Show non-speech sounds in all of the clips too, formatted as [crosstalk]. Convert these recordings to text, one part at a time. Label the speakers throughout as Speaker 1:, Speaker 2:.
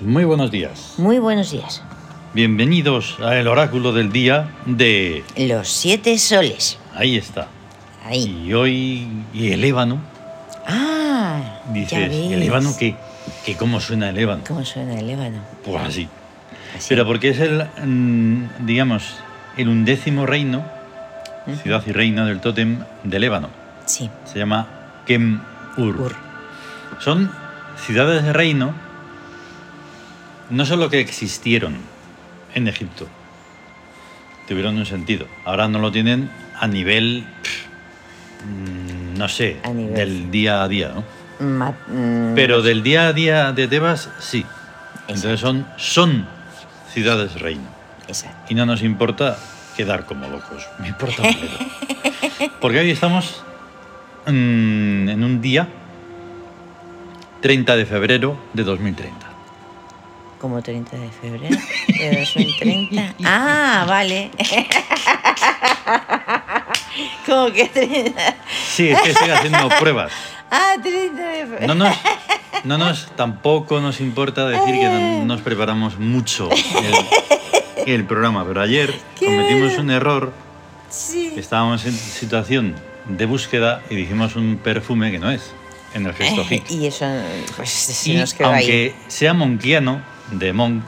Speaker 1: Muy buenos días.
Speaker 2: Muy buenos días.
Speaker 1: Bienvenidos a el oráculo del día de...
Speaker 2: Los siete soles.
Speaker 1: Ahí está.
Speaker 2: Ahí.
Speaker 1: Y hoy... Y el ébano.
Speaker 2: Ah, ya
Speaker 1: Dices,
Speaker 2: ves.
Speaker 1: ¿el ébano qué? ¿Qué cómo suena el ébano?
Speaker 2: ¿Cómo suena el ébano?
Speaker 1: Pues así.
Speaker 2: Así.
Speaker 1: Pero porque es el, mm, digamos, el undécimo reino, ciudad y reino del tótem del ébano.
Speaker 2: Sí.
Speaker 1: Se llama Kem-Ur.
Speaker 2: Ur.
Speaker 1: Son ciudades de reino, no solo que existieron en Egipto, tuvieron un sentido. Ahora no lo tienen a nivel, pff, mm, no sé,
Speaker 2: A nivel.
Speaker 1: del día a día, ¿no?
Speaker 2: Ma- mm,
Speaker 1: Pero del día a día de Tebas, sí. Entonces
Speaker 2: Exacto.
Speaker 1: son, son ciudades reino.
Speaker 2: Exacto.
Speaker 1: Y no nos importa quedar como locos. Me importa un bledo. Porque hoy estamos mm, en un día 30 de febrero de 2030.
Speaker 2: Como 30 de febrero. Pero son
Speaker 1: [laughs]
Speaker 2: 30. Ah, vale. [laughs] Como que 30.
Speaker 1: Sí, es que estoy haciendo pruebas.
Speaker 2: Ah, 30 de febrero.
Speaker 1: No nos, no nos, tampoco nos importa decir que no nos preparamos mucho el, el programa, pero ayer
Speaker 2: Qué
Speaker 1: cometimos
Speaker 2: bueno.
Speaker 1: un error.
Speaker 2: Sí.
Speaker 1: Estábamos en situación de búsqueda y dijimos un perfume que no es en el
Speaker 2: [laughs]
Speaker 1: gesto hit.
Speaker 2: Y eso, pues se
Speaker 1: Y
Speaker 2: nos quedó ahí.
Speaker 1: aunque sea monquiano, de
Speaker 2: [laughs]
Speaker 1: Monk,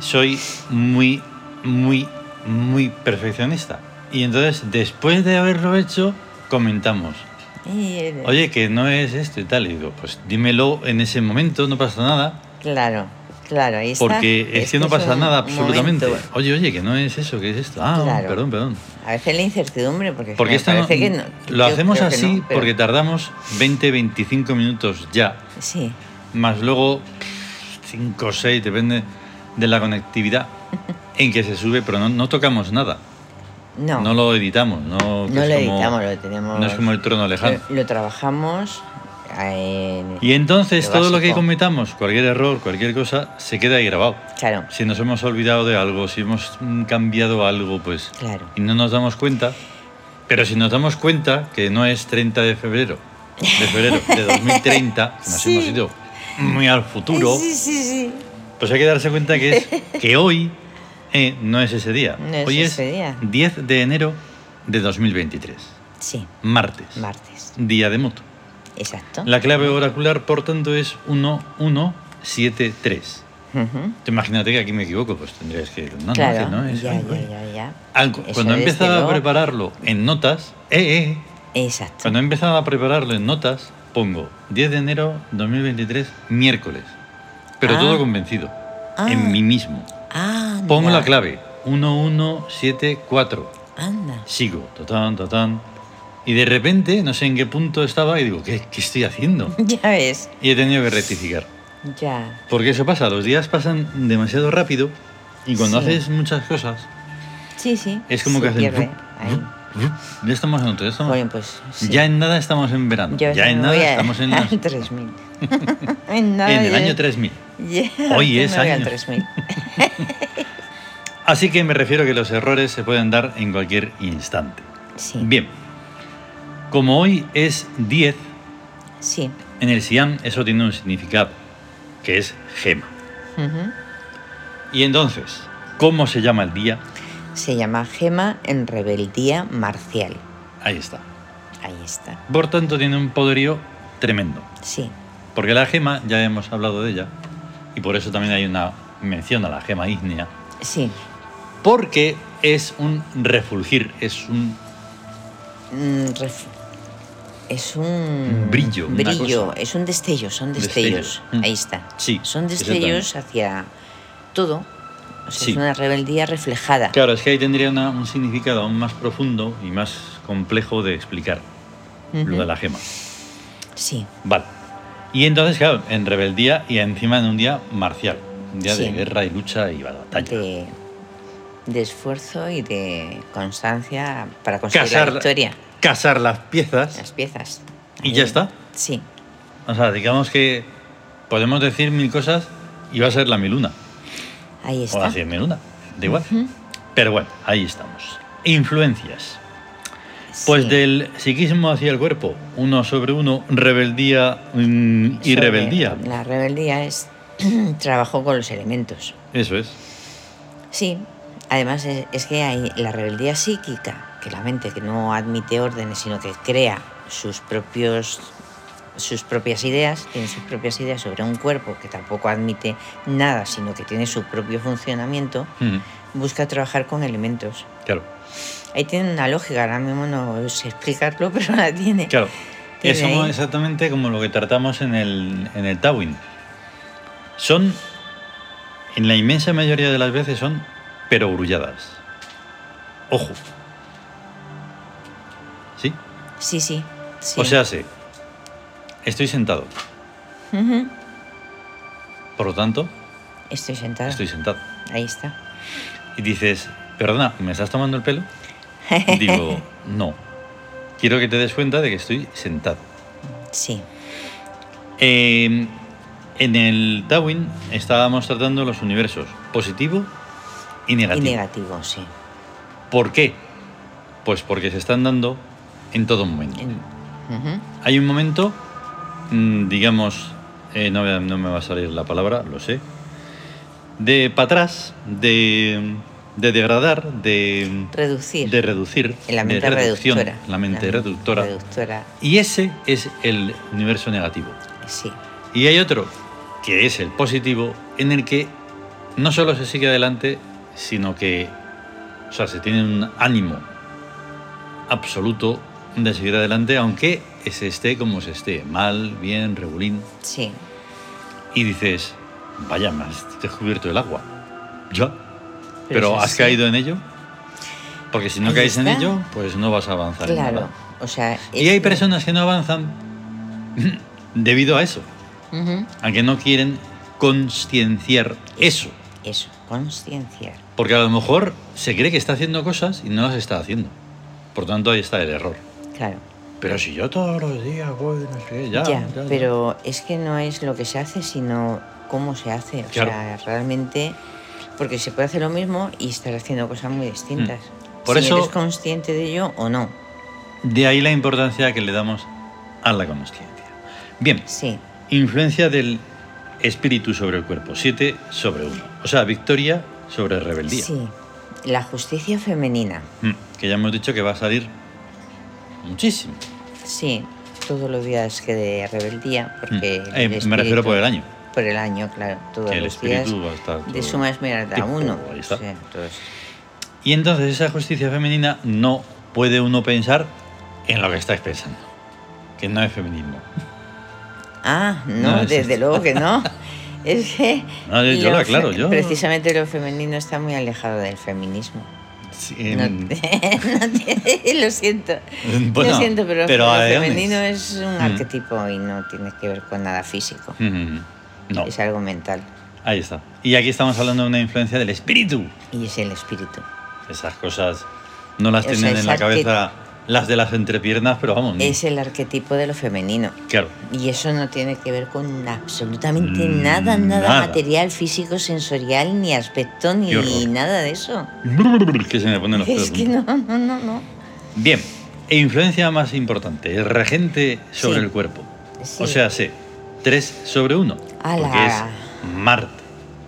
Speaker 1: soy muy, muy, muy perfeccionista. Y entonces, después de haberlo hecho, comentamos.
Speaker 2: Y el-
Speaker 1: Oye, que no es esto y tal. Y digo, pues dímelo en ese momento, no pasa nada.
Speaker 2: Claro, claro, ahí está.
Speaker 1: Porque es que no
Speaker 2: es
Speaker 1: pasa
Speaker 2: un
Speaker 1: nada, absolutamente.
Speaker 2: momento.
Speaker 1: Oye, oye, que no es eso, que es esto. Ah,
Speaker 2: Claro.
Speaker 1: perdón, perdón.
Speaker 2: A veces la incertidumbre, porque,
Speaker 1: Porque
Speaker 2: me
Speaker 1: esta no- mm,
Speaker 2: parece que no.
Speaker 1: lo
Speaker 2: yo
Speaker 1: hacemos
Speaker 2: creo que
Speaker 1: así
Speaker 2: no, pero-
Speaker 1: porque tardamos 20, 25 minutos ya
Speaker 2: Sí,
Speaker 1: más luego 5 o 6, depende de la
Speaker 2: [laughs]
Speaker 1: conectividad en que se sube, pero no, no tocamos nada,
Speaker 2: no.
Speaker 1: no, lo editamos, no, que
Speaker 2: No
Speaker 1: es
Speaker 2: lo
Speaker 1: como-
Speaker 2: editamos, lo tenemos.
Speaker 1: no es como el trono lejano.
Speaker 2: Lo, lo trabajamos. eh, en-
Speaker 1: Y entonces
Speaker 2: Lo
Speaker 1: todo lo que
Speaker 2: básico.
Speaker 1: cometamos, cualquier error, cualquier cosa, se queda ahí grabado.
Speaker 2: Claro,
Speaker 1: Si nos hemos olvidado de algo, si hemos mm, cambiado algo, pues...
Speaker 2: claro.
Speaker 1: Y no nos damos cuenta, pero si nos damos cuenta que no es 30 de febrero, de febrero
Speaker 2: [laughs]
Speaker 1: de 2030, que nos
Speaker 2: Sí.
Speaker 1: hemos ido muy al futuro.
Speaker 2: Sí, sí, sí.
Speaker 1: Pues hay que darse cuenta
Speaker 2: [laughs]
Speaker 1: que es que hoy eh, no es ese día.
Speaker 2: No es
Speaker 1: hoy
Speaker 2: ese
Speaker 1: es
Speaker 2: día.
Speaker 1: 10 de enero de 2023,
Speaker 2: Sí,
Speaker 1: martes,
Speaker 2: martes.
Speaker 1: día de moto.
Speaker 2: Exacto.
Speaker 1: La clave oracular, por tanto, es 1173.
Speaker 2: Ujú.
Speaker 1: Tú Imagínate que aquí me equivoco, pues tendrías que ir. No, no,
Speaker 2: Claro,
Speaker 1: que no es. ¿eh?
Speaker 2: ya,
Speaker 1: Ay,
Speaker 2: ya,
Speaker 1: ay.
Speaker 2: ya, ya.
Speaker 1: Al- cu-
Speaker 2: Eso
Speaker 1: Cuando he
Speaker 2: desde
Speaker 1: empezado
Speaker 2: luego.
Speaker 1: a prepararlo en notas, eh, eh, eh,
Speaker 2: Exacto.
Speaker 1: cuando he empezado a prepararlo en notas, pongo 10 de enero 2023, miércoles. Pero
Speaker 2: Ah.
Speaker 1: todo convencido, en
Speaker 2: Ah.
Speaker 1: mí mismo.
Speaker 2: Anda,
Speaker 1: Pongo la clave. 1174.
Speaker 2: Anda. [laughs]
Speaker 1: Sigo. Tatán, tatán. Y de repente, no sé en qué punto estaba, y digo, ¿qué, qué estoy haciendo?
Speaker 2: Ya ves.
Speaker 1: Y he tenido que rectificar.
Speaker 2: Ya.
Speaker 1: Porque eso pasa, los días pasan demasiado rápido y cuando
Speaker 2: Sí.
Speaker 1: haces muchas cosas,
Speaker 2: Sí, sí.
Speaker 1: es como
Speaker 2: se
Speaker 1: que haces...
Speaker 2: pierde
Speaker 1: rup,
Speaker 2: ahí.
Speaker 1: rup, rup. Ya estamos en otro, ya estamos...
Speaker 2: Bueno, pues. sí.
Speaker 1: Ya en nada estamos en verano.
Speaker 2: Yo
Speaker 1: ya en
Speaker 2: me
Speaker 1: nada
Speaker 2: voy a-
Speaker 1: estamos
Speaker 2: [laughs]
Speaker 1: en, las- [laughs]
Speaker 2: al 3000. en, nada,
Speaker 1: en el
Speaker 2: yo-
Speaker 1: año 3000.
Speaker 2: Ya,
Speaker 1: Hoy
Speaker 2: yo
Speaker 1: es
Speaker 2: me voy al
Speaker 1: año.
Speaker 2: 3000.
Speaker 1: Así que me refiero que los errores se pueden dar en cualquier instante.
Speaker 2: Sí.
Speaker 1: Bien, como hoy es 10,
Speaker 2: Sí.
Speaker 1: en el Siam eso tiene un significado, que es gema.
Speaker 2: Ujú.
Speaker 1: Y entonces, ¿cómo se llama el día?
Speaker 2: Se llama Gema en rebeldía marcial.
Speaker 1: Ahí está.
Speaker 2: Ahí está.
Speaker 1: Por tanto, tiene un poderío tremendo,
Speaker 2: Sí.
Speaker 1: porque la gema, ya hemos hablado de ella, y por eso también hay una mención a la gema ígnea,
Speaker 2: Sí.
Speaker 1: porque es un refulgir, es un
Speaker 2: Mm, ref- Es un
Speaker 1: Brillo, una
Speaker 2: brillo,
Speaker 1: cosa.
Speaker 2: es un destello, son
Speaker 1: Destellos,
Speaker 2: destellos.
Speaker 1: mm.
Speaker 2: Ahí está.
Speaker 1: Sí,
Speaker 2: Son destellos hacia todo. O sea,
Speaker 1: Sí.
Speaker 2: es una rebeldía reflejada.
Speaker 1: Claro, es que ahí tendría una- un significado aún más profundo y más complejo de explicar,
Speaker 2: Ujú.
Speaker 1: lo de la gema.
Speaker 2: Sí,
Speaker 1: Vale. Y entonces, claro, en rebeldía y encima en un día marcial. Un día de
Speaker 2: Sí.
Speaker 1: guerra y lucha y batalla.
Speaker 2: de, de esfuerzo y de constancia para conseguir la
Speaker 1: Casar,
Speaker 2: victoria.
Speaker 1: casar las piezas
Speaker 2: Las piezas.
Speaker 1: y
Speaker 2: Ahí.
Speaker 1: ya está.
Speaker 2: Sí,
Speaker 1: O sea, digamos que podemos decir mil cosas y va a ser la miluna.
Speaker 2: ahí
Speaker 1: O
Speaker 2: está.
Speaker 1: la cien miluna. Da igual. Pero bueno, ahí estamos. Influencias. Pues
Speaker 2: Sí.
Speaker 1: del psiquismo hacia el cuerpo, uno sobre uno, rebeldía mm, y
Speaker 2: Sobre
Speaker 1: rebeldía.
Speaker 2: La rebeldía es [clears throat] Trabajó con los elementos.
Speaker 1: Eso es.
Speaker 2: Sí, además es, es que hay la rebeldía psíquica, que la mente que no admite órdenes, sino que crea sus propios sus propias ideas, tiene sus propias ideas sobre un cuerpo que tampoco admite nada, sino que tiene su propio funcionamiento,
Speaker 1: Mm,
Speaker 2: busca trabajar con elementos.
Speaker 1: Claro,
Speaker 2: Ahí tiene una lógica, ahora mismo no sé explicarlo, [laughs] pero la tiene.
Speaker 1: claro.
Speaker 2: Tiene
Speaker 1: Es como-
Speaker 2: ahí.
Speaker 1: exactamente como lo que tratamos en el, en el Tawin. Son, en la inmensa mayoría de las veces, son perogrulladas. Ojo. ¿Sí?
Speaker 2: Sí, sí. sí.
Speaker 1: O sea, sí. Estoy sentado.
Speaker 2: Ujú.
Speaker 1: Por lo tanto,
Speaker 2: estoy sentada.
Speaker 1: estoy sentado.
Speaker 2: Ahí está.
Speaker 1: Y dices, perdona, ¿me estás tomando el pelo? Digo, no. Quiero que te des cuenta de que estoy sentado.
Speaker 2: Sí.
Speaker 1: Eh, en el Tawin estábamos tratando los universos positivo y negativo.
Speaker 2: Y negativo, sí.
Speaker 1: ¿Por qué? Pues porque se están dando en todo momento.
Speaker 2: En- Ujú.
Speaker 1: Hay un momento, mm, digamos, eh, no, me- no me va a salir la palabra, lo sé, de para atrás, de, de degradar, de,
Speaker 2: Reducir.
Speaker 1: de reducir,
Speaker 2: En la
Speaker 1: de
Speaker 2: mente
Speaker 1: reducción,
Speaker 2: reductora.
Speaker 1: la mente reductora.
Speaker 2: Reductora,
Speaker 1: Y ese es el universo negativo.
Speaker 2: sí.
Speaker 1: Y hay otro, que es el positivo, en el que no solo se sigue adelante, sino que o sea, se tiene un ánimo absoluto de seguir adelante, aunque se esté como se esté, mal, bien, regulín.
Speaker 2: Sí.
Speaker 1: Y dices, vaya, me has descubierto el agua. Ya. Pero, has
Speaker 2: es así.
Speaker 1: caído en ello. Porque si no
Speaker 2: Ahí
Speaker 1: caes en
Speaker 2: está.
Speaker 1: ello, pues no vas a avanzar. en
Speaker 2: Claro.
Speaker 1: nada.
Speaker 2: O sea,
Speaker 1: Y
Speaker 2: es-
Speaker 1: hay personas que no avanzan [clears throat] debido a eso
Speaker 2: Ujú.
Speaker 1: a que no quieren concienciar eso.
Speaker 2: Eso, concienciar.
Speaker 1: Porque a lo mejor se cree que está haciendo cosas y no las está haciendo. Por tanto, ahí está el error.
Speaker 2: Claro.
Speaker 1: Pero si yo todos los días voy, no sé qué, ya.
Speaker 2: Ya,
Speaker 1: ya, ya.
Speaker 2: pero es que no es lo que se hace, sino cómo se hace. O
Speaker 1: Claro.
Speaker 2: sea, realmente. Porque se puede hacer lo mismo y estar haciendo cosas muy distintas.
Speaker 1: Mm. Por
Speaker 2: si
Speaker 1: eso-
Speaker 2: eres consciente de ello o no.
Speaker 1: De ahí la importancia que le damos a la conciencia. Bien,
Speaker 2: Sí.
Speaker 1: influencia del espíritu sobre el cuerpo. 7 sobre 1. O sea, victoria sobre rebeldía.
Speaker 2: Sí. La justicia femenina.
Speaker 1: Mm, Que ya hemos dicho que va a salir muchísimo.
Speaker 2: Sí. Todos los días que de rebeldía,
Speaker 1: Mm.
Speaker 2: porque.
Speaker 1: Eh,
Speaker 2: el
Speaker 1: me refiero por
Speaker 2: espíritu-
Speaker 1: el año.
Speaker 2: Por el año, claro. Todos
Speaker 1: El
Speaker 2: los días.
Speaker 1: espíritu va a estar
Speaker 2: De
Speaker 1: todo-
Speaker 2: suma esmeralda
Speaker 1: Tipo,
Speaker 2: uno.
Speaker 1: ahí está.
Speaker 2: O sea, todos-
Speaker 1: Y entonces esa justicia femenina no puede uno pensar en lo que estáis pensando, que no es feminismo.
Speaker 2: Ah, no,
Speaker 1: No, es
Speaker 2: desde
Speaker 1: esto.
Speaker 2: luego
Speaker 1: [laughs]
Speaker 2: que no. Es que.
Speaker 1: No, yo- yo lo aclaro, yo-
Speaker 2: Precisamente lo femenino está muy alejado del feminismo.
Speaker 1: Sí,
Speaker 2: No-
Speaker 1: em,
Speaker 2: [laughs] no tiene- [laughs] lo siento.
Speaker 1: [laughs] bueno,
Speaker 2: lo siento, pero,
Speaker 1: pero
Speaker 2: lo
Speaker 1: aeones.
Speaker 2: femenino es un
Speaker 1: Mm.
Speaker 2: arquetipo y no tiene que ver con nada físico.
Speaker 1: Mm, No,
Speaker 2: Es algo mental
Speaker 1: ahí está. Y aquí estamos hablando de una influencia del espíritu.
Speaker 2: y es el espíritu.
Speaker 1: Esas cosas no las
Speaker 2: O sea,
Speaker 1: tienen en la
Speaker 2: esa que-
Speaker 1: cabeza las de las entrepiernas, pero vamos, ni-
Speaker 2: Es el arquetipo de lo femenino.
Speaker 1: claro.
Speaker 2: Y eso no tiene que ver con absolutamente
Speaker 1: Mm,
Speaker 2: nada, nada,
Speaker 1: nada.
Speaker 2: material, físico, sensorial, ni aspecto,
Speaker 1: Qué
Speaker 2: ni
Speaker 1: horror.
Speaker 2: nada de eso.
Speaker 1: Que se me ponen los pelos.
Speaker 2: [laughs] Es que no, no, no, no.
Speaker 1: Bien, e influencia más importante, el regente sobre
Speaker 2: Sí.
Speaker 1: el cuerpo.
Speaker 2: Sí.
Speaker 1: O sea, sé, 3 sobre 1.
Speaker 2: Ala.
Speaker 1: Porque es Marte,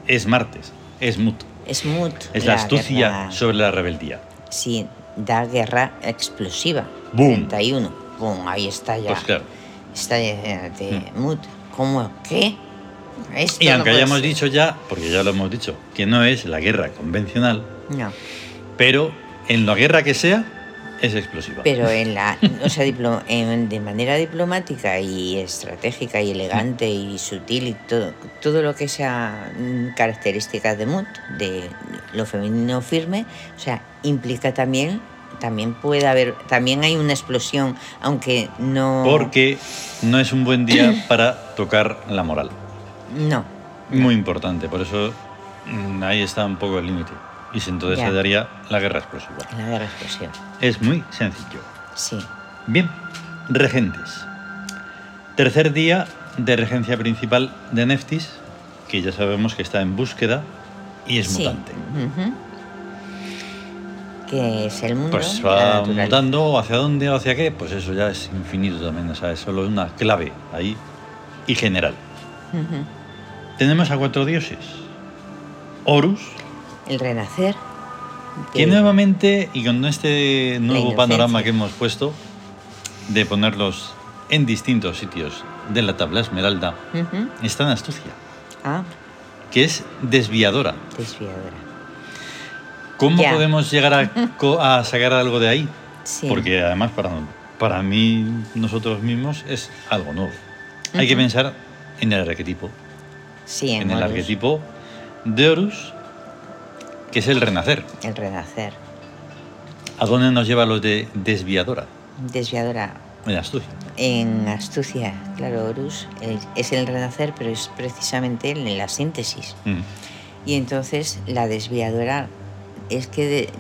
Speaker 1: es martes, es mutuo.
Speaker 2: Es mood.
Speaker 1: Es la, astucia
Speaker 2: guerra.
Speaker 1: sobre la rebeldía.
Speaker 2: Sí, da guerra explosiva.
Speaker 1: Boom.
Speaker 2: 31. Boom, ahí está ya.
Speaker 1: Pues claro.
Speaker 2: Está de, de mood. ¿Cómo? ¿Qué? Esto
Speaker 1: Y
Speaker 2: no
Speaker 1: Mm. aunque
Speaker 2: puede
Speaker 1: hayamos
Speaker 2: ser.
Speaker 1: dicho ya, porque ya lo hemos dicho, que no es la guerra convencional,
Speaker 2: No,
Speaker 1: pero en la guerra que sea, es explosiva.
Speaker 2: pero en la, o sea, diplo- en- de manera diplomática y estratégica y elegante y sutil y todo, todo lo que sea mm, características de mood, de lo femenino firme, o sea, implica también, también puede haber, también hay una explosión, aunque no...
Speaker 1: Porque no es un buen día para tocar la moral.
Speaker 2: No,
Speaker 1: Muy importante, por eso mm, ahí está un poco el límite. Y si entonces
Speaker 2: Ya.
Speaker 1: se daría la guerra explosiva.
Speaker 2: en la guerra explosiva.
Speaker 1: Es muy sencillo.
Speaker 2: Sí,
Speaker 1: Bien, regentes. Tercer día de regencia principal de Neftis, que ya sabemos que está en búsqueda y es
Speaker 2: sí.
Speaker 1: mutante.
Speaker 2: Ujú. Que es el mundo.
Speaker 1: Pues
Speaker 2: la
Speaker 1: va
Speaker 2: naturaleza.
Speaker 1: mutando, ¿hacia dónde o hacia qué? Pues eso ya es infinito también, o sea, es solo una clave ahí y general.
Speaker 2: Ujú.
Speaker 1: tenemos a cuatro dioses. Horus,
Speaker 2: El renacer.
Speaker 1: que
Speaker 2: que-
Speaker 1: nuevamente, y con este nuevo
Speaker 2: inocencia.
Speaker 1: panorama que hemos puesto, de ponerlos en distintos sitios de la tabla esmeralda,
Speaker 2: Ujú.
Speaker 1: está en astucia,
Speaker 2: Ah,
Speaker 1: que es desviadora.
Speaker 2: desviadora.
Speaker 1: ¿Cómo
Speaker 2: Ya.
Speaker 1: podemos llegar
Speaker 2: [laughs]
Speaker 1: a, co- a sacar algo de ahí?
Speaker 2: Sí.
Speaker 1: Porque además para, para mí, nosotros mismos, es algo nuevo. Hay que
Speaker 2: Ujú.
Speaker 1: pensar en el arquetipo,
Speaker 2: Sí, en,
Speaker 1: en el
Speaker 2: Horus,
Speaker 1: arquetipo de Horus, que es el renacer.
Speaker 2: El renacer.
Speaker 1: ¿A dónde nos lleva los de desviadora?
Speaker 2: Desviadora.
Speaker 1: En Asturias.
Speaker 2: En astucia, claro, Horus el- es el renacer, pero es precisamente en la síntesis.
Speaker 1: Mm.
Speaker 2: Y entonces la desviadora es que de-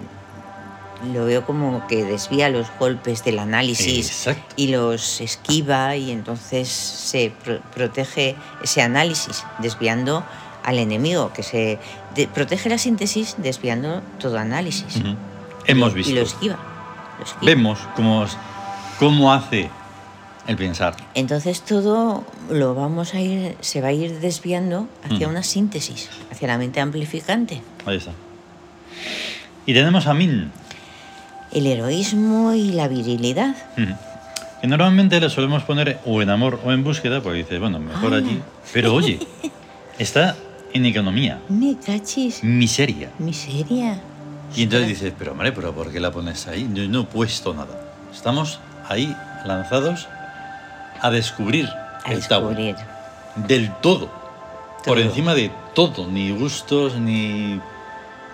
Speaker 2: lo veo como que desvía los golpes del
Speaker 1: Eh,
Speaker 2: análisis
Speaker 1: Exacto.
Speaker 2: y los esquiva y entonces se pro- protege ese análisis desviando al enemigo, que se de- protege la síntesis desviando todo análisis.
Speaker 1: Ujú. Hemos
Speaker 2: Y lo
Speaker 1: visto.
Speaker 2: esquiva. lo esquiva.
Speaker 1: Vemos cómo, es- cómo hace el pensar.
Speaker 2: Entonces todo lo vamos a ir, se va a ir desviando hacia
Speaker 1: Mm.
Speaker 2: una síntesis, hacia la mente amplificante.
Speaker 1: Ahí está. Y tenemos a Min.
Speaker 2: El heroísmo y la virilidad.
Speaker 1: Mm. Que normalmente lo solemos poner o en amor o en búsqueda, porque dices, bueno, mejor
Speaker 2: Ah.
Speaker 1: allí. Pero oye, está en economía,
Speaker 2: Me cachis.
Speaker 1: miseria.
Speaker 2: Miseria.
Speaker 1: Mm. Y entonces
Speaker 2: Ostras.
Speaker 1: dices, pero hombre, pero ¿por qué la pones ahí? Yo no he puesto nada. Estamos ahí lanzados a descubrir
Speaker 2: A
Speaker 1: el Tao.
Speaker 2: descubrir.
Speaker 1: Del todo. Por
Speaker 2: Todo.
Speaker 1: encima de todo. Ni gustos, ni,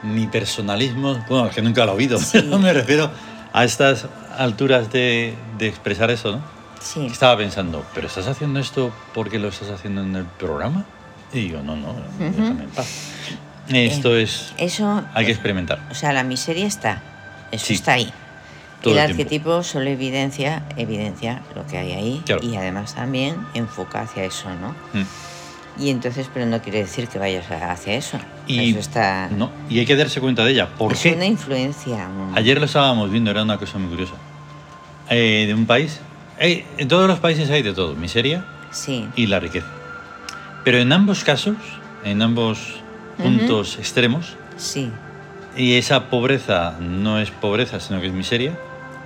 Speaker 1: ni personalismo. Bueno, es que nunca lo he oído,
Speaker 2: Sí.
Speaker 1: pero [laughs] me refiero a estas alturas de, de expresar eso, ¿no?
Speaker 2: Sí.
Speaker 1: Estaba pensando, ¿pero estás haciendo esto porque lo estás haciendo en el programa? Y digo, no, no, déjame en paz.
Speaker 2: Eh,
Speaker 1: Esto es...
Speaker 2: Eso,
Speaker 1: Hay que experimentar.
Speaker 2: o sea, la miseria está. Eso
Speaker 1: Sí.
Speaker 2: está ahí.
Speaker 1: Todo
Speaker 2: el
Speaker 1: el tiempo.
Speaker 2: arquetipo solo evidencia, evidencia lo que hay ahí
Speaker 1: Claro.
Speaker 2: y además también enfoca hacia eso, ¿no?
Speaker 1: Mm.
Speaker 2: Y entonces, pero no quiere decir que vayas a- hacia eso.
Speaker 1: Y,
Speaker 2: eso está.
Speaker 1: no, y hay que darse cuenta de ella. ¿Por
Speaker 2: es
Speaker 1: qué?
Speaker 2: una influencia. un-
Speaker 1: Ayer lo estábamos viendo, era una cosa muy curiosa. Eh, de un país. eh, en todos los países hay de todo, miseria
Speaker 2: Sí.
Speaker 1: y la riqueza. Pero en ambos casos, en ambos puntos extremos,
Speaker 2: Sí.
Speaker 1: y esa pobreza no es pobreza, sino que es miseria.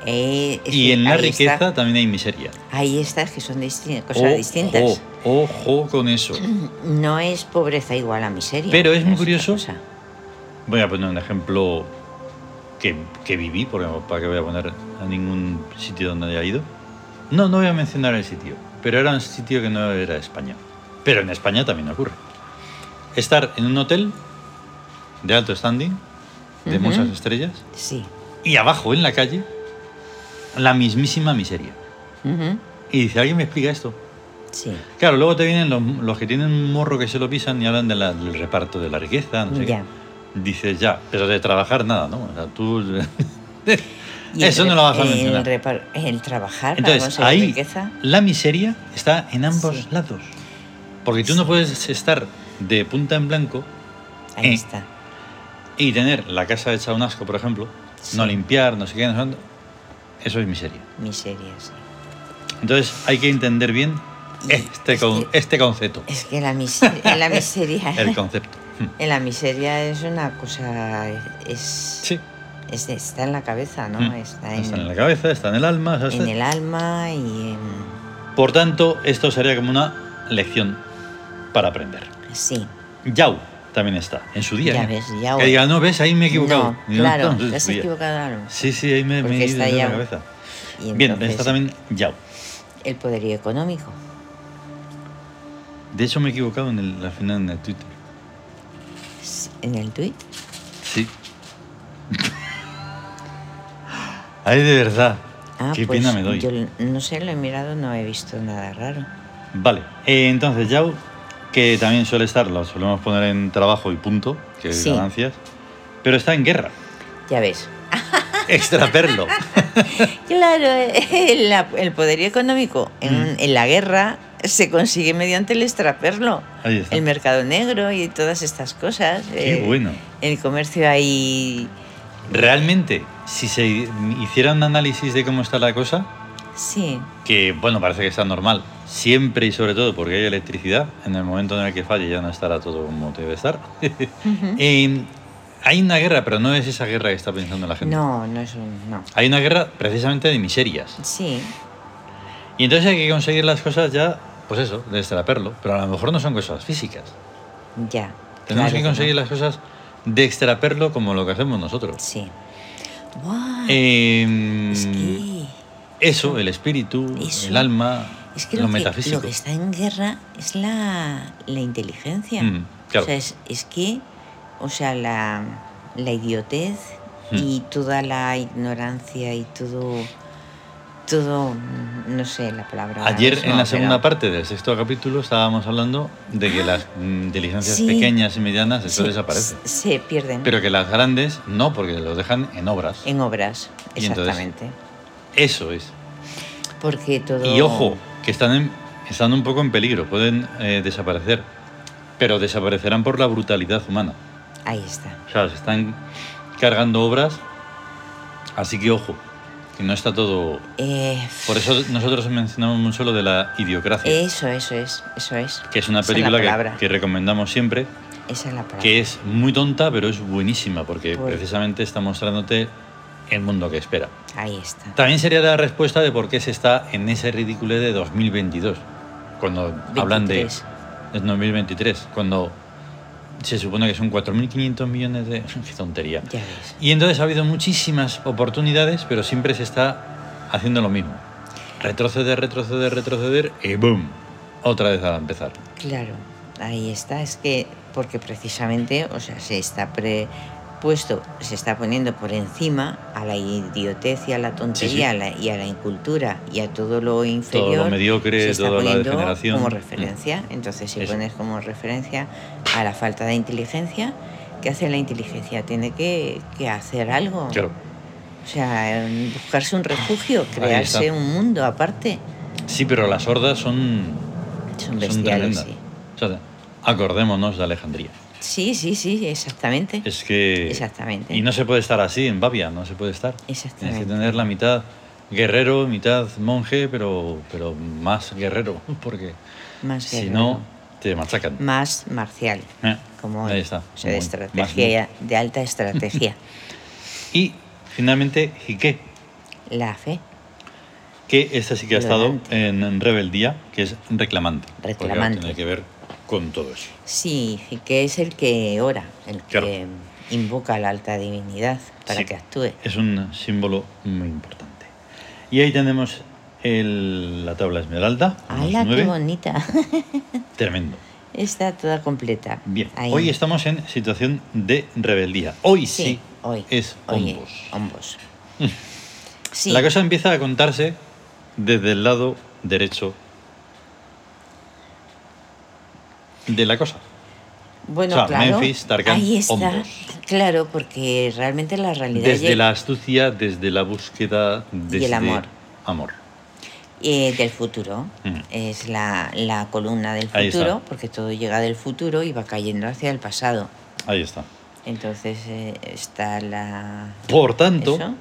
Speaker 2: Eh, es
Speaker 1: Y
Speaker 2: que
Speaker 1: en la
Speaker 2: ahí
Speaker 1: riqueza Oh,
Speaker 2: está-
Speaker 1: también hay miseria.
Speaker 2: ahí está, que son distin- cosas
Speaker 1: Ojo,
Speaker 2: distintas.
Speaker 1: Ojo con eso.
Speaker 2: No es pobreza igual a miseria.
Speaker 1: Pero es muy
Speaker 2: otra
Speaker 1: curioso
Speaker 2: cosa.
Speaker 1: Voy a poner un ejemplo que, que viví, porque para que voy a poner a ningún sitio donde haya ido. No, no voy a mencionar el sitio, pero era un sitio que no era España. Pero en España también ocurre. Estar en un hotel de alto standing, de
Speaker 2: Ujú.
Speaker 1: muchas estrellas,
Speaker 2: Sí.
Speaker 1: y abajo en la calle, la mismísima miseria.
Speaker 2: Ujú.
Speaker 1: Y dice, ¿alguien me explica esto?
Speaker 2: Sí.
Speaker 1: Claro, luego te vienen los, los que tienen un morro que se lo pisan y hablan de la- del reparto de la riqueza, no sé qué.
Speaker 2: Ya.
Speaker 1: Dices ya, pero de trabajar nada, ¿no? O sea, tú... [laughs]
Speaker 2: Y el
Speaker 1: Eso no
Speaker 2: re-
Speaker 1: lo vas a
Speaker 2: el
Speaker 1: mencionar.
Speaker 2: repar- el trabajar para
Speaker 1: Entonces,
Speaker 2: conseguir
Speaker 1: ahí
Speaker 2: riqueza.
Speaker 1: la miseria está en ambos
Speaker 2: Sí.
Speaker 1: lados. Porque tú no puedes estar de punta en blanco
Speaker 2: Ahí
Speaker 1: eh,
Speaker 2: está.
Speaker 1: y tener la casa hecha un asco, por ejemplo, no
Speaker 2: Sí.
Speaker 1: limpiar, no sé qué, no sé cuánto. Eso es miseria.
Speaker 2: Miseria, sí.
Speaker 1: Entonces hay que entender bien
Speaker 2: Y
Speaker 1: este,
Speaker 2: es
Speaker 1: con-
Speaker 2: que-
Speaker 1: este concepto,
Speaker 2: Es que la
Speaker 1: [laughs]
Speaker 2: miseria, en la miseria,
Speaker 1: el concepto. Hmm.
Speaker 2: en [laughs] la miseria es una cosa, es,
Speaker 1: Sí,
Speaker 2: es- está en la cabeza, ¿no?
Speaker 1: Mm.
Speaker 2: Está, en,
Speaker 1: está en la cabeza, está en el alma. está-
Speaker 2: en el alma y en,
Speaker 1: Por tanto, esto sería como una lección para aprender.
Speaker 2: sí.
Speaker 1: Yao también está, en su día.
Speaker 2: Ya
Speaker 1: ¿eh?
Speaker 2: ves, Yao.
Speaker 1: Que diga, no, ves, ahí me he equivocado.
Speaker 2: No,
Speaker 1: Digo,
Speaker 2: claro,
Speaker 1: no,
Speaker 2: te has
Speaker 1: sí,
Speaker 2: equivocado. Aaron.
Speaker 1: Sí, sí, ahí me, me
Speaker 2: Porque
Speaker 1: he
Speaker 2: está
Speaker 1: ido de la
Speaker 2: Yao.
Speaker 1: cabeza.
Speaker 2: Y
Speaker 1: Bien,
Speaker 2: entonces,
Speaker 1: está también Yao.
Speaker 2: el poderío económico.
Speaker 1: De hecho, me he equivocado en el, al final en el Twitter.
Speaker 2: S- pues, En el tuit,
Speaker 1: Sí. [laughs] Ay, de verdad.
Speaker 2: ah,
Speaker 1: Qué
Speaker 2: pues
Speaker 1: pena me doy.
Speaker 2: yo l- no sé, lo he mirado, no he visto nada raro.
Speaker 1: Vale, eh, entonces Yao, que también suele estar, lo solemos poner en trabajo y punto, que es
Speaker 2: Sí.
Speaker 1: ganancias, pero está en
Speaker 2: [laughs]
Speaker 1: guerra.
Speaker 2: Ya ves.
Speaker 1: Extraperlo.
Speaker 2: Claro, [laughs] el, la- el poderío económico en,
Speaker 1: Mm.
Speaker 2: en la guerra se consigue mediante el extraperlo,
Speaker 1: Ahí está.
Speaker 2: el mercado negro y todas estas cosas.
Speaker 1: Qué
Speaker 2: eh,
Speaker 1: bueno.
Speaker 2: El comercio ahí
Speaker 1: Realmente, si se hiciera un análisis de cómo está la cosa,
Speaker 2: Sí,
Speaker 1: que bueno, parece que está normal, siempre y sobre todo porque hay electricidad, en el momento en el que falle ya no estará todo como debe estar.
Speaker 2: Ujú.
Speaker 1: Eh, hay una guerra, pero no es esa guerra que está pensando la gente.
Speaker 2: No, no es un. No.
Speaker 1: Hay una guerra precisamente de miserias.
Speaker 2: Sí,
Speaker 1: Y entonces hay que conseguir las cosas ya, pues eso, desde la perlo, pero a lo mejor no son cosas físicas.
Speaker 2: ya.
Speaker 1: Tenemos
Speaker 2: claro
Speaker 1: que conseguir
Speaker 2: no.
Speaker 1: las cosas de extraperlo como lo que hacemos nosotros.
Speaker 2: Sí. Buah,
Speaker 1: Eh,
Speaker 2: es que.
Speaker 1: Eso, el espíritu,
Speaker 2: Eso.
Speaker 1: el alma,
Speaker 2: Es que
Speaker 1: lo,
Speaker 2: lo, que,
Speaker 1: metafísico.
Speaker 2: lo que está en guerra es la, la inteligencia.
Speaker 1: Mm, claro.
Speaker 2: O sea, es, es que, o sea, la, la idiotez
Speaker 1: Mm.
Speaker 2: y toda la ignorancia y todo, todo, mm, no sé la palabra. ahora
Speaker 1: Ayer, en
Speaker 2: mismo,
Speaker 1: la
Speaker 2: pero-
Speaker 1: segunda parte del sexto capítulo, estábamos hablando de que las mm, inteligencias
Speaker 2: Sí.
Speaker 1: pequeñas y medianas, eso
Speaker 2: se-
Speaker 1: desaparece.
Speaker 2: Se, pierden
Speaker 1: Pero que las grandes no, porque los dejan en obras.
Speaker 2: en obras,
Speaker 1: Y entonces-
Speaker 2: exactamente.
Speaker 1: Eso es.
Speaker 2: Porque todo...
Speaker 1: Y ojo, que están, en- están un poco en peligro, pueden eh, desaparecer. Pero desaparecerán por la brutalidad humana.
Speaker 2: Ahí está.
Speaker 1: O sea, se están cargando obras. Así que ojo, que no está todo.
Speaker 2: Eh,
Speaker 1: Por eso nosotros mencionamos mucho lo de la idiocracia,
Speaker 2: Eso, eso es, eso es.
Speaker 1: que es una
Speaker 2: Eh, Esa
Speaker 1: película
Speaker 2: la
Speaker 1: que-
Speaker 2: palabra.
Speaker 1: que recomendamos siempre.
Speaker 2: Esa es la palabra.
Speaker 1: que es muy tonta, pero es buenísima, porque
Speaker 2: Pues-
Speaker 1: precisamente está mostrándote el mundo que espera.
Speaker 2: Ahí está.
Speaker 1: También sería la respuesta de por qué se está en ese ridículo de 2022, cuando hablan de,
Speaker 2: 23.
Speaker 1: de 2023, cuando se supone que son 4.500 millones de... [laughs] ¡Qué tontería!
Speaker 2: Ya ves.
Speaker 1: Y entonces ha habido muchísimas oportunidades, pero siempre se está haciendo lo mismo. Retroceder, retroceder, retroceder y ¡boom! Otra vez a empezar.
Speaker 2: Claro, ahí está. Es que, porque precisamente, o sea, se está pre- puesto, se está poniendo por encima a la idiotez y a la tontería
Speaker 1: Sí, sí.
Speaker 2: a la- y a la incultura y a todo lo inferior.
Speaker 1: mediocre,
Speaker 2: se está
Speaker 1: toda la
Speaker 2: poniendo
Speaker 1: degeneración.
Speaker 2: Como
Speaker 1: Mm.
Speaker 2: referencia. Entonces, si
Speaker 1: Eso.
Speaker 2: pones como referencia a la falta de inteligencia, ¿qué hace la inteligencia? Tiene que, que hacer algo.
Speaker 1: Mm, Claro.
Speaker 2: O sea, em, buscarse un refugio,
Speaker 1: está.
Speaker 2: crearse un mundo aparte.
Speaker 1: Sí, pero las hordas son Son
Speaker 2: Son bestiales,
Speaker 1: tremendas.
Speaker 2: sí.
Speaker 1: O sea, acordémonos de Alejandría.
Speaker 2: Sí, sí, sí, exactamente.
Speaker 1: Es que.
Speaker 2: Exactamente.
Speaker 1: Y no se puede estar así en Babia, no se puede estar. Tienes que
Speaker 2: Exactamente.
Speaker 1: tener la mitad guerrero, mitad monje, pero, pero más guerrero, [laughs] porque
Speaker 2: Más
Speaker 1: si
Speaker 2: guerrero.
Speaker 1: no, te machacan.
Speaker 2: Más marcial.
Speaker 1: Eh,
Speaker 2: Como
Speaker 1: ahí
Speaker 2: hoy.
Speaker 1: está.
Speaker 2: O sea,
Speaker 1: Muy-
Speaker 2: de
Speaker 1: más
Speaker 2: estrategia, de
Speaker 1: [laughs]
Speaker 2: alta estrategia.
Speaker 1: Y finalmente, Jique,
Speaker 2: La fe.
Speaker 1: que este sí que ha estado
Speaker 2: Tolerante.
Speaker 1: en en rebeldía, que es reclamante. porque claro,
Speaker 2: Reclamante.
Speaker 1: tiene que ver con todo eso.
Speaker 2: Sí, y que es el que ora, el
Speaker 1: Claro.
Speaker 2: que invoca a la alta divinidad para
Speaker 1: Sí.
Speaker 2: que actúe.
Speaker 1: Es un símbolo muy importante. Y ahí tenemos el- la tabla esmeralda. unos
Speaker 2: ¡Hala, qué
Speaker 1: nueve.
Speaker 2: bonita! [laughs]
Speaker 1: Tremendo.
Speaker 2: Está toda completa.
Speaker 1: Bien,
Speaker 2: Ahí.
Speaker 1: hoy estamos en situación de rebeldía. Hoy sí,
Speaker 2: Sí, hoy.
Speaker 1: es
Speaker 2: Hoy
Speaker 1: hombos. Mm.
Speaker 2: es hombos. Sí,
Speaker 1: La cosa empieza a contarse desde el lado derecho de la cosa.
Speaker 2: bueno,
Speaker 1: o sea,
Speaker 2: claro.
Speaker 1: Memphis, Tarkan,
Speaker 2: ahí está.
Speaker 1: hombos.
Speaker 2: Claro, porque realmente la realidad
Speaker 1: Desde
Speaker 2: llega-
Speaker 1: la astucia, desde la búsqueda, desde
Speaker 2: amor.
Speaker 1: Amor.
Speaker 2: Eh, del futuro.
Speaker 1: Ujú.
Speaker 2: Es la, la columna del
Speaker 1: Mm. Ahí está.
Speaker 2: futuro, porque todo llega del futuro y va cayendo hacia el pasado.
Speaker 1: Ahí está.
Speaker 2: Entonces eh, está la...
Speaker 1: Por tanto,
Speaker 2: ¿Eso?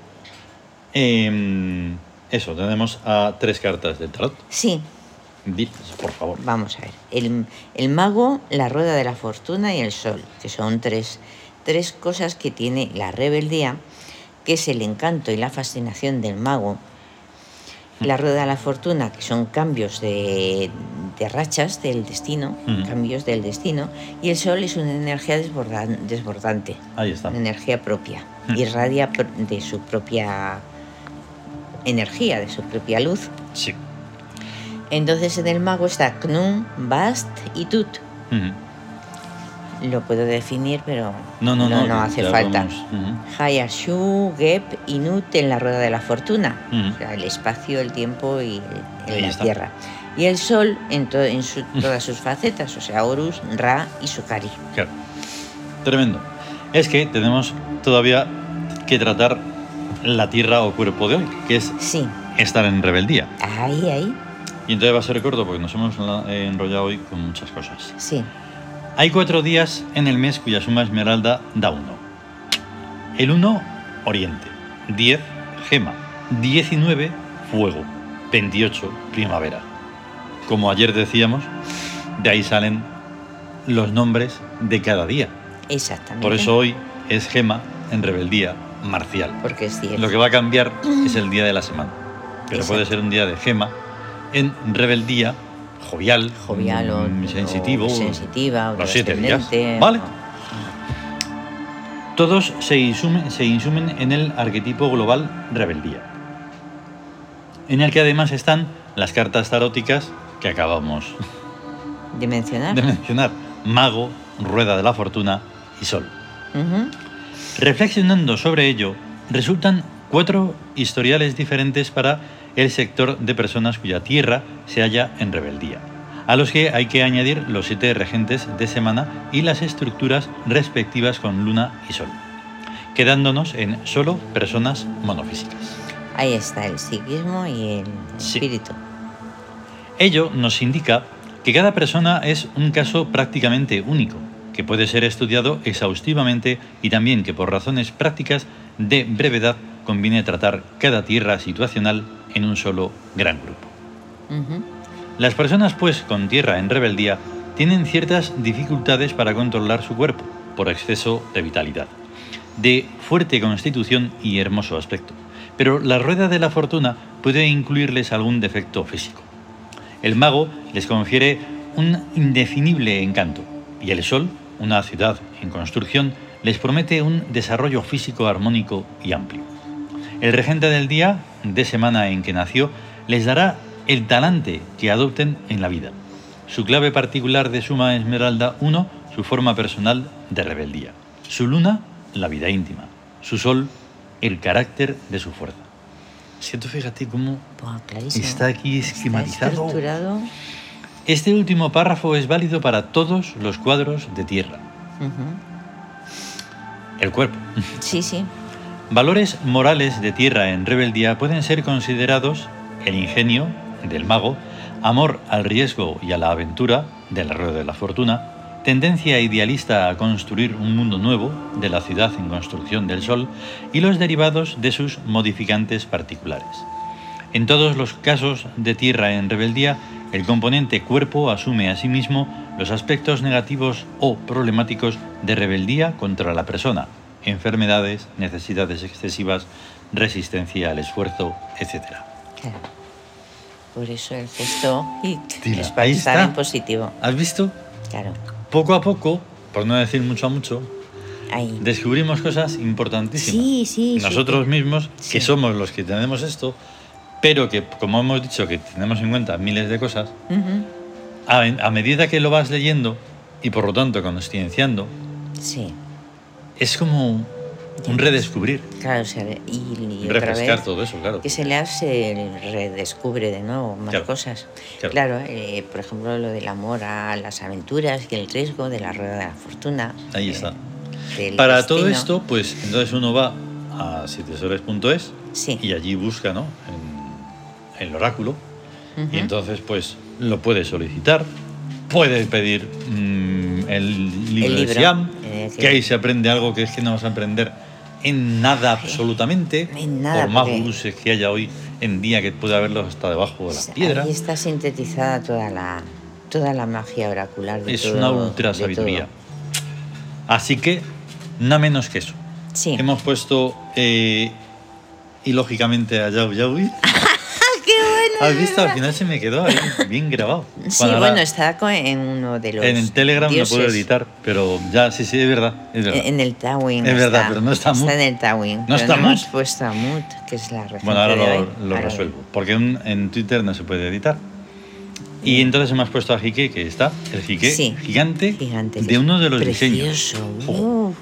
Speaker 1: em, eso, tenemos a tres cartas del tarot.
Speaker 2: Sí,
Speaker 1: Diles, por favor.
Speaker 2: vamos a ver. El, el mago, la rueda de la fortuna y el sol, que son tres, tres cosas que tiene la rebeldía, que es el encanto y la fascinación del mago. La rueda de la fortuna, que son cambios de, de rachas del destino,
Speaker 1: Ujú.
Speaker 2: cambios del destino, y el sol es una energía desbordan- desbordante,
Speaker 1: Ahí está.
Speaker 2: una energía propia,
Speaker 1: Ah. Ujú.
Speaker 2: irradia pr- de su propia energía, de su propia luz.
Speaker 1: Sí.
Speaker 2: Entonces en el mago está Knum, Bast y Tut.
Speaker 1: Ujú.
Speaker 2: Lo puedo definir, pero
Speaker 1: No, no, no.
Speaker 2: hace
Speaker 1: ya
Speaker 2: falta.
Speaker 1: vamos. Ujú,
Speaker 2: Hayashu, Gep y Nut en la rueda de la fortuna.
Speaker 1: Ujú.
Speaker 2: O sea, el espacio, el tiempo y el-
Speaker 1: Ahí
Speaker 2: la
Speaker 1: está.
Speaker 2: tierra. Y el sol en, to- en su- todas sus facetas, o sea, Horus, Ra y Sukari.
Speaker 1: Claro. Tremendo. Es que tenemos todavía que tratar la tierra o cuerpo de hoy, que es
Speaker 2: Sí,
Speaker 1: estar en rebeldía.
Speaker 2: ahí, ahí,
Speaker 1: Y entonces va a ser corto porque nos hemos la- eh, enrollado hoy con muchas cosas.
Speaker 2: sí.
Speaker 1: Hay cuatro días en el mes cuya suma esmeralda da uno. El 1, oriente. 10, gema. 19, fuego. 28 primavera. Como ayer decíamos, de ahí salen los nombres de cada día.
Speaker 2: Exactamente.
Speaker 1: Por eso hoy es Gema en rebeldía marcial.
Speaker 2: Porque es cierto.
Speaker 1: Lo que va a cambiar es el día de la semana. Pero puede
Speaker 2: Exacto.
Speaker 1: ser un día de Gema en rebeldía jovial,
Speaker 2: Jovial o,
Speaker 1: mm, sensitivo.
Speaker 2: o sensitiva o
Speaker 1: los siete días.
Speaker 2: trascendente,
Speaker 1: Vale.
Speaker 2: o-
Speaker 1: Todos se insumen, se insumen en el arquetipo global rebeldía, en el que además están las cartas taróticas que acabamos
Speaker 2: de mencionar.
Speaker 1: de mencionar, mago, rueda de la fortuna y sol.
Speaker 2: Ujú.
Speaker 1: Reflexionando sobre ello, resultan cuatro historiales diferentes para el sector de personas cuya tierra se halla en rebeldía, a los que hay que añadir los siete regentes de semana y las estructuras respectivas con luna y sol, quedándonos en solo personas monofísicas.
Speaker 2: Ahí está el psiquismo y el
Speaker 1: Sí.
Speaker 2: espíritu.
Speaker 1: Ello nos indica que cada persona es un caso prácticamente único, que puede ser estudiado exhaustivamente y también que por razones prácticas de brevedad conviene tratar cada tierra situacional en un solo gran grupo.
Speaker 2: Ujú.
Speaker 1: Las personas pues con tierra en rebeldía tienen ciertas dificultades para controlar su cuerpo por exceso de vitalidad, de fuerte constitución y hermoso aspecto, pero la rueda de la fortuna puede incluirles algún defecto físico. El mago les confiere un indefinible encanto y el sol, una ciudad en construcción, les promete un desarrollo físico armónico y amplio. El regente del día, de semana en que nació, les dará el talante que adopten en la vida. Su clave particular de Suma Esmeralda 1, su forma personal de rebeldía. Su luna, la vida íntima. Su sol, el carácter de su fuerza. Siento, fíjate cómo
Speaker 2: Buah, clarísimo.
Speaker 1: Está aquí
Speaker 2: Está
Speaker 1: esquematizado.
Speaker 2: estructurado.
Speaker 1: este último párrafo es válido para todos los cuadros de tierra.
Speaker 2: Ujú.
Speaker 1: El cuerpo.
Speaker 2: Sí, sí.
Speaker 1: Valores morales de tierra en rebeldía pueden ser considerados el ingenio del mago, amor al riesgo y a la aventura del rueda de la fortuna, tendencia idealista a construir un mundo nuevo de la ciudad en construcción del sol y los derivados de sus modificantes particulares. En todos los casos de tierra en rebeldía, el componente cuerpo asume a sí mismo los aspectos negativos o problemáticos de rebeldía contra la persona, enfermedades, necesidades excesivas, resistencia al esfuerzo, etc.
Speaker 2: Claro. Por eso el gesto y
Speaker 1: Tira,
Speaker 2: es para
Speaker 1: ahí
Speaker 2: estar
Speaker 1: está.
Speaker 2: en positivo.
Speaker 1: ¿Has visto?
Speaker 2: Claro.
Speaker 1: Poco a poco, por no decir mucho a mucho,
Speaker 2: Ahí.
Speaker 1: descubrimos cosas importantísimas.
Speaker 2: Sí, sí. sí,
Speaker 1: nosotros
Speaker 2: sí.
Speaker 1: mismos, que
Speaker 2: Sí.
Speaker 1: somos los que tenemos esto, pero que, como hemos dicho, que tenemos en cuenta miles de cosas,
Speaker 2: Ujú.
Speaker 1: a, a medida que lo vas leyendo y por lo tanto concienciando,
Speaker 2: Sí.
Speaker 1: es como un redescubrir,
Speaker 2: Claro, o sea, y, y otra
Speaker 1: refrescar
Speaker 2: vez
Speaker 1: todo eso, claro.
Speaker 2: que se le hace, redescubre de nuevo más
Speaker 1: Claro,
Speaker 2: cosas.
Speaker 1: claro.
Speaker 2: Claro, eh, por ejemplo, lo del amor a las aventuras y el riesgo de la rueda de la fortuna.
Speaker 1: Ahí
Speaker 2: eh,
Speaker 1: está.
Speaker 2: del
Speaker 1: Para todo
Speaker 2: destino.
Speaker 1: esto, pues entonces uno va a sietesores.es
Speaker 2: Sí.
Speaker 1: y allí busca, ¿no? En- el oráculo.
Speaker 2: Ujú.
Speaker 1: Y entonces, pues lo puede solicitar, puede pedir mm, el libro
Speaker 2: El
Speaker 1: de
Speaker 2: libro,
Speaker 1: Siam,
Speaker 2: eh, que-
Speaker 1: que ahí se aprende algo que es que no vas a aprender en nada absolutamente,
Speaker 2: en nada,
Speaker 1: por más
Speaker 2: porque-
Speaker 1: buses que haya hoy en día que puede haberlos hasta debajo de las piedras.
Speaker 2: Pues Ahí está sintetizada toda la, toda la magia oracular. De
Speaker 1: Es
Speaker 2: todo-
Speaker 1: una ultra
Speaker 2: de todo.
Speaker 1: sabiduría. Así que, nada menos que eso.
Speaker 2: Sí.
Speaker 1: Hemos puesto, eh, y lógicamente a Yau
Speaker 2: [laughs]
Speaker 1: Yaui.
Speaker 2: Ah, ¡Qué bueno!
Speaker 1: ¿Has visto? Al final se me quedó ahí, bien grabado.
Speaker 2: Sí,
Speaker 1: Cuando la-
Speaker 2: bueno, está co- en uno de los.
Speaker 1: En el Telegram
Speaker 2: dioses.
Speaker 1: lo puedo editar, pero ya, sí, sí, es verdad. Es verdad.
Speaker 2: En en el Tawin.
Speaker 1: Es verdad, pero no está Mut.
Speaker 2: Está en el Tawin. pero
Speaker 1: está
Speaker 2: hemos
Speaker 1: Mut.
Speaker 2: puesto a Mut, que es la regente
Speaker 1: bueno, ahora
Speaker 2: de
Speaker 1: lo,
Speaker 2: hoy.
Speaker 1: lo
Speaker 2: Ahora-
Speaker 1: resuelvo, porque en, en Twitter no se puede editar. Y entonces hemos puesto a Jique, que está, el Jique
Speaker 2: Sí.
Speaker 1: gigante,
Speaker 2: Gigante. que
Speaker 1: de
Speaker 2: es
Speaker 1: uno de los
Speaker 2: precioso.
Speaker 1: diseños. Ojo,
Speaker 2: Uf,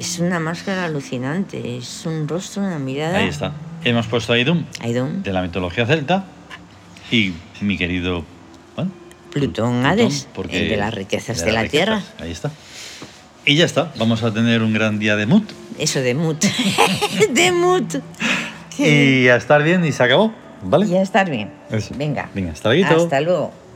Speaker 2: es una máscara alucinante. Es un rostro, una mirada.
Speaker 1: ahí está. Hemos puesto a Idum,
Speaker 2: Aidon.
Speaker 1: de la mitología celta, y mi querido bueno,
Speaker 2: Plutón Hades.
Speaker 1: Plutón,
Speaker 2: el de las riquezas de,
Speaker 1: las
Speaker 2: la
Speaker 1: riquezas,
Speaker 2: Tierra.
Speaker 1: Ahí está. Y ya está, vamos a tener un gran día de Mut.
Speaker 2: Eso de Mut. [laughs] de Mut. Que-
Speaker 1: Y a estar bien y se acabó, ¿vale?
Speaker 2: Y a estar bien.
Speaker 1: Eso.
Speaker 2: Venga.
Speaker 1: Venga, hasta luego.
Speaker 2: Hasta luego.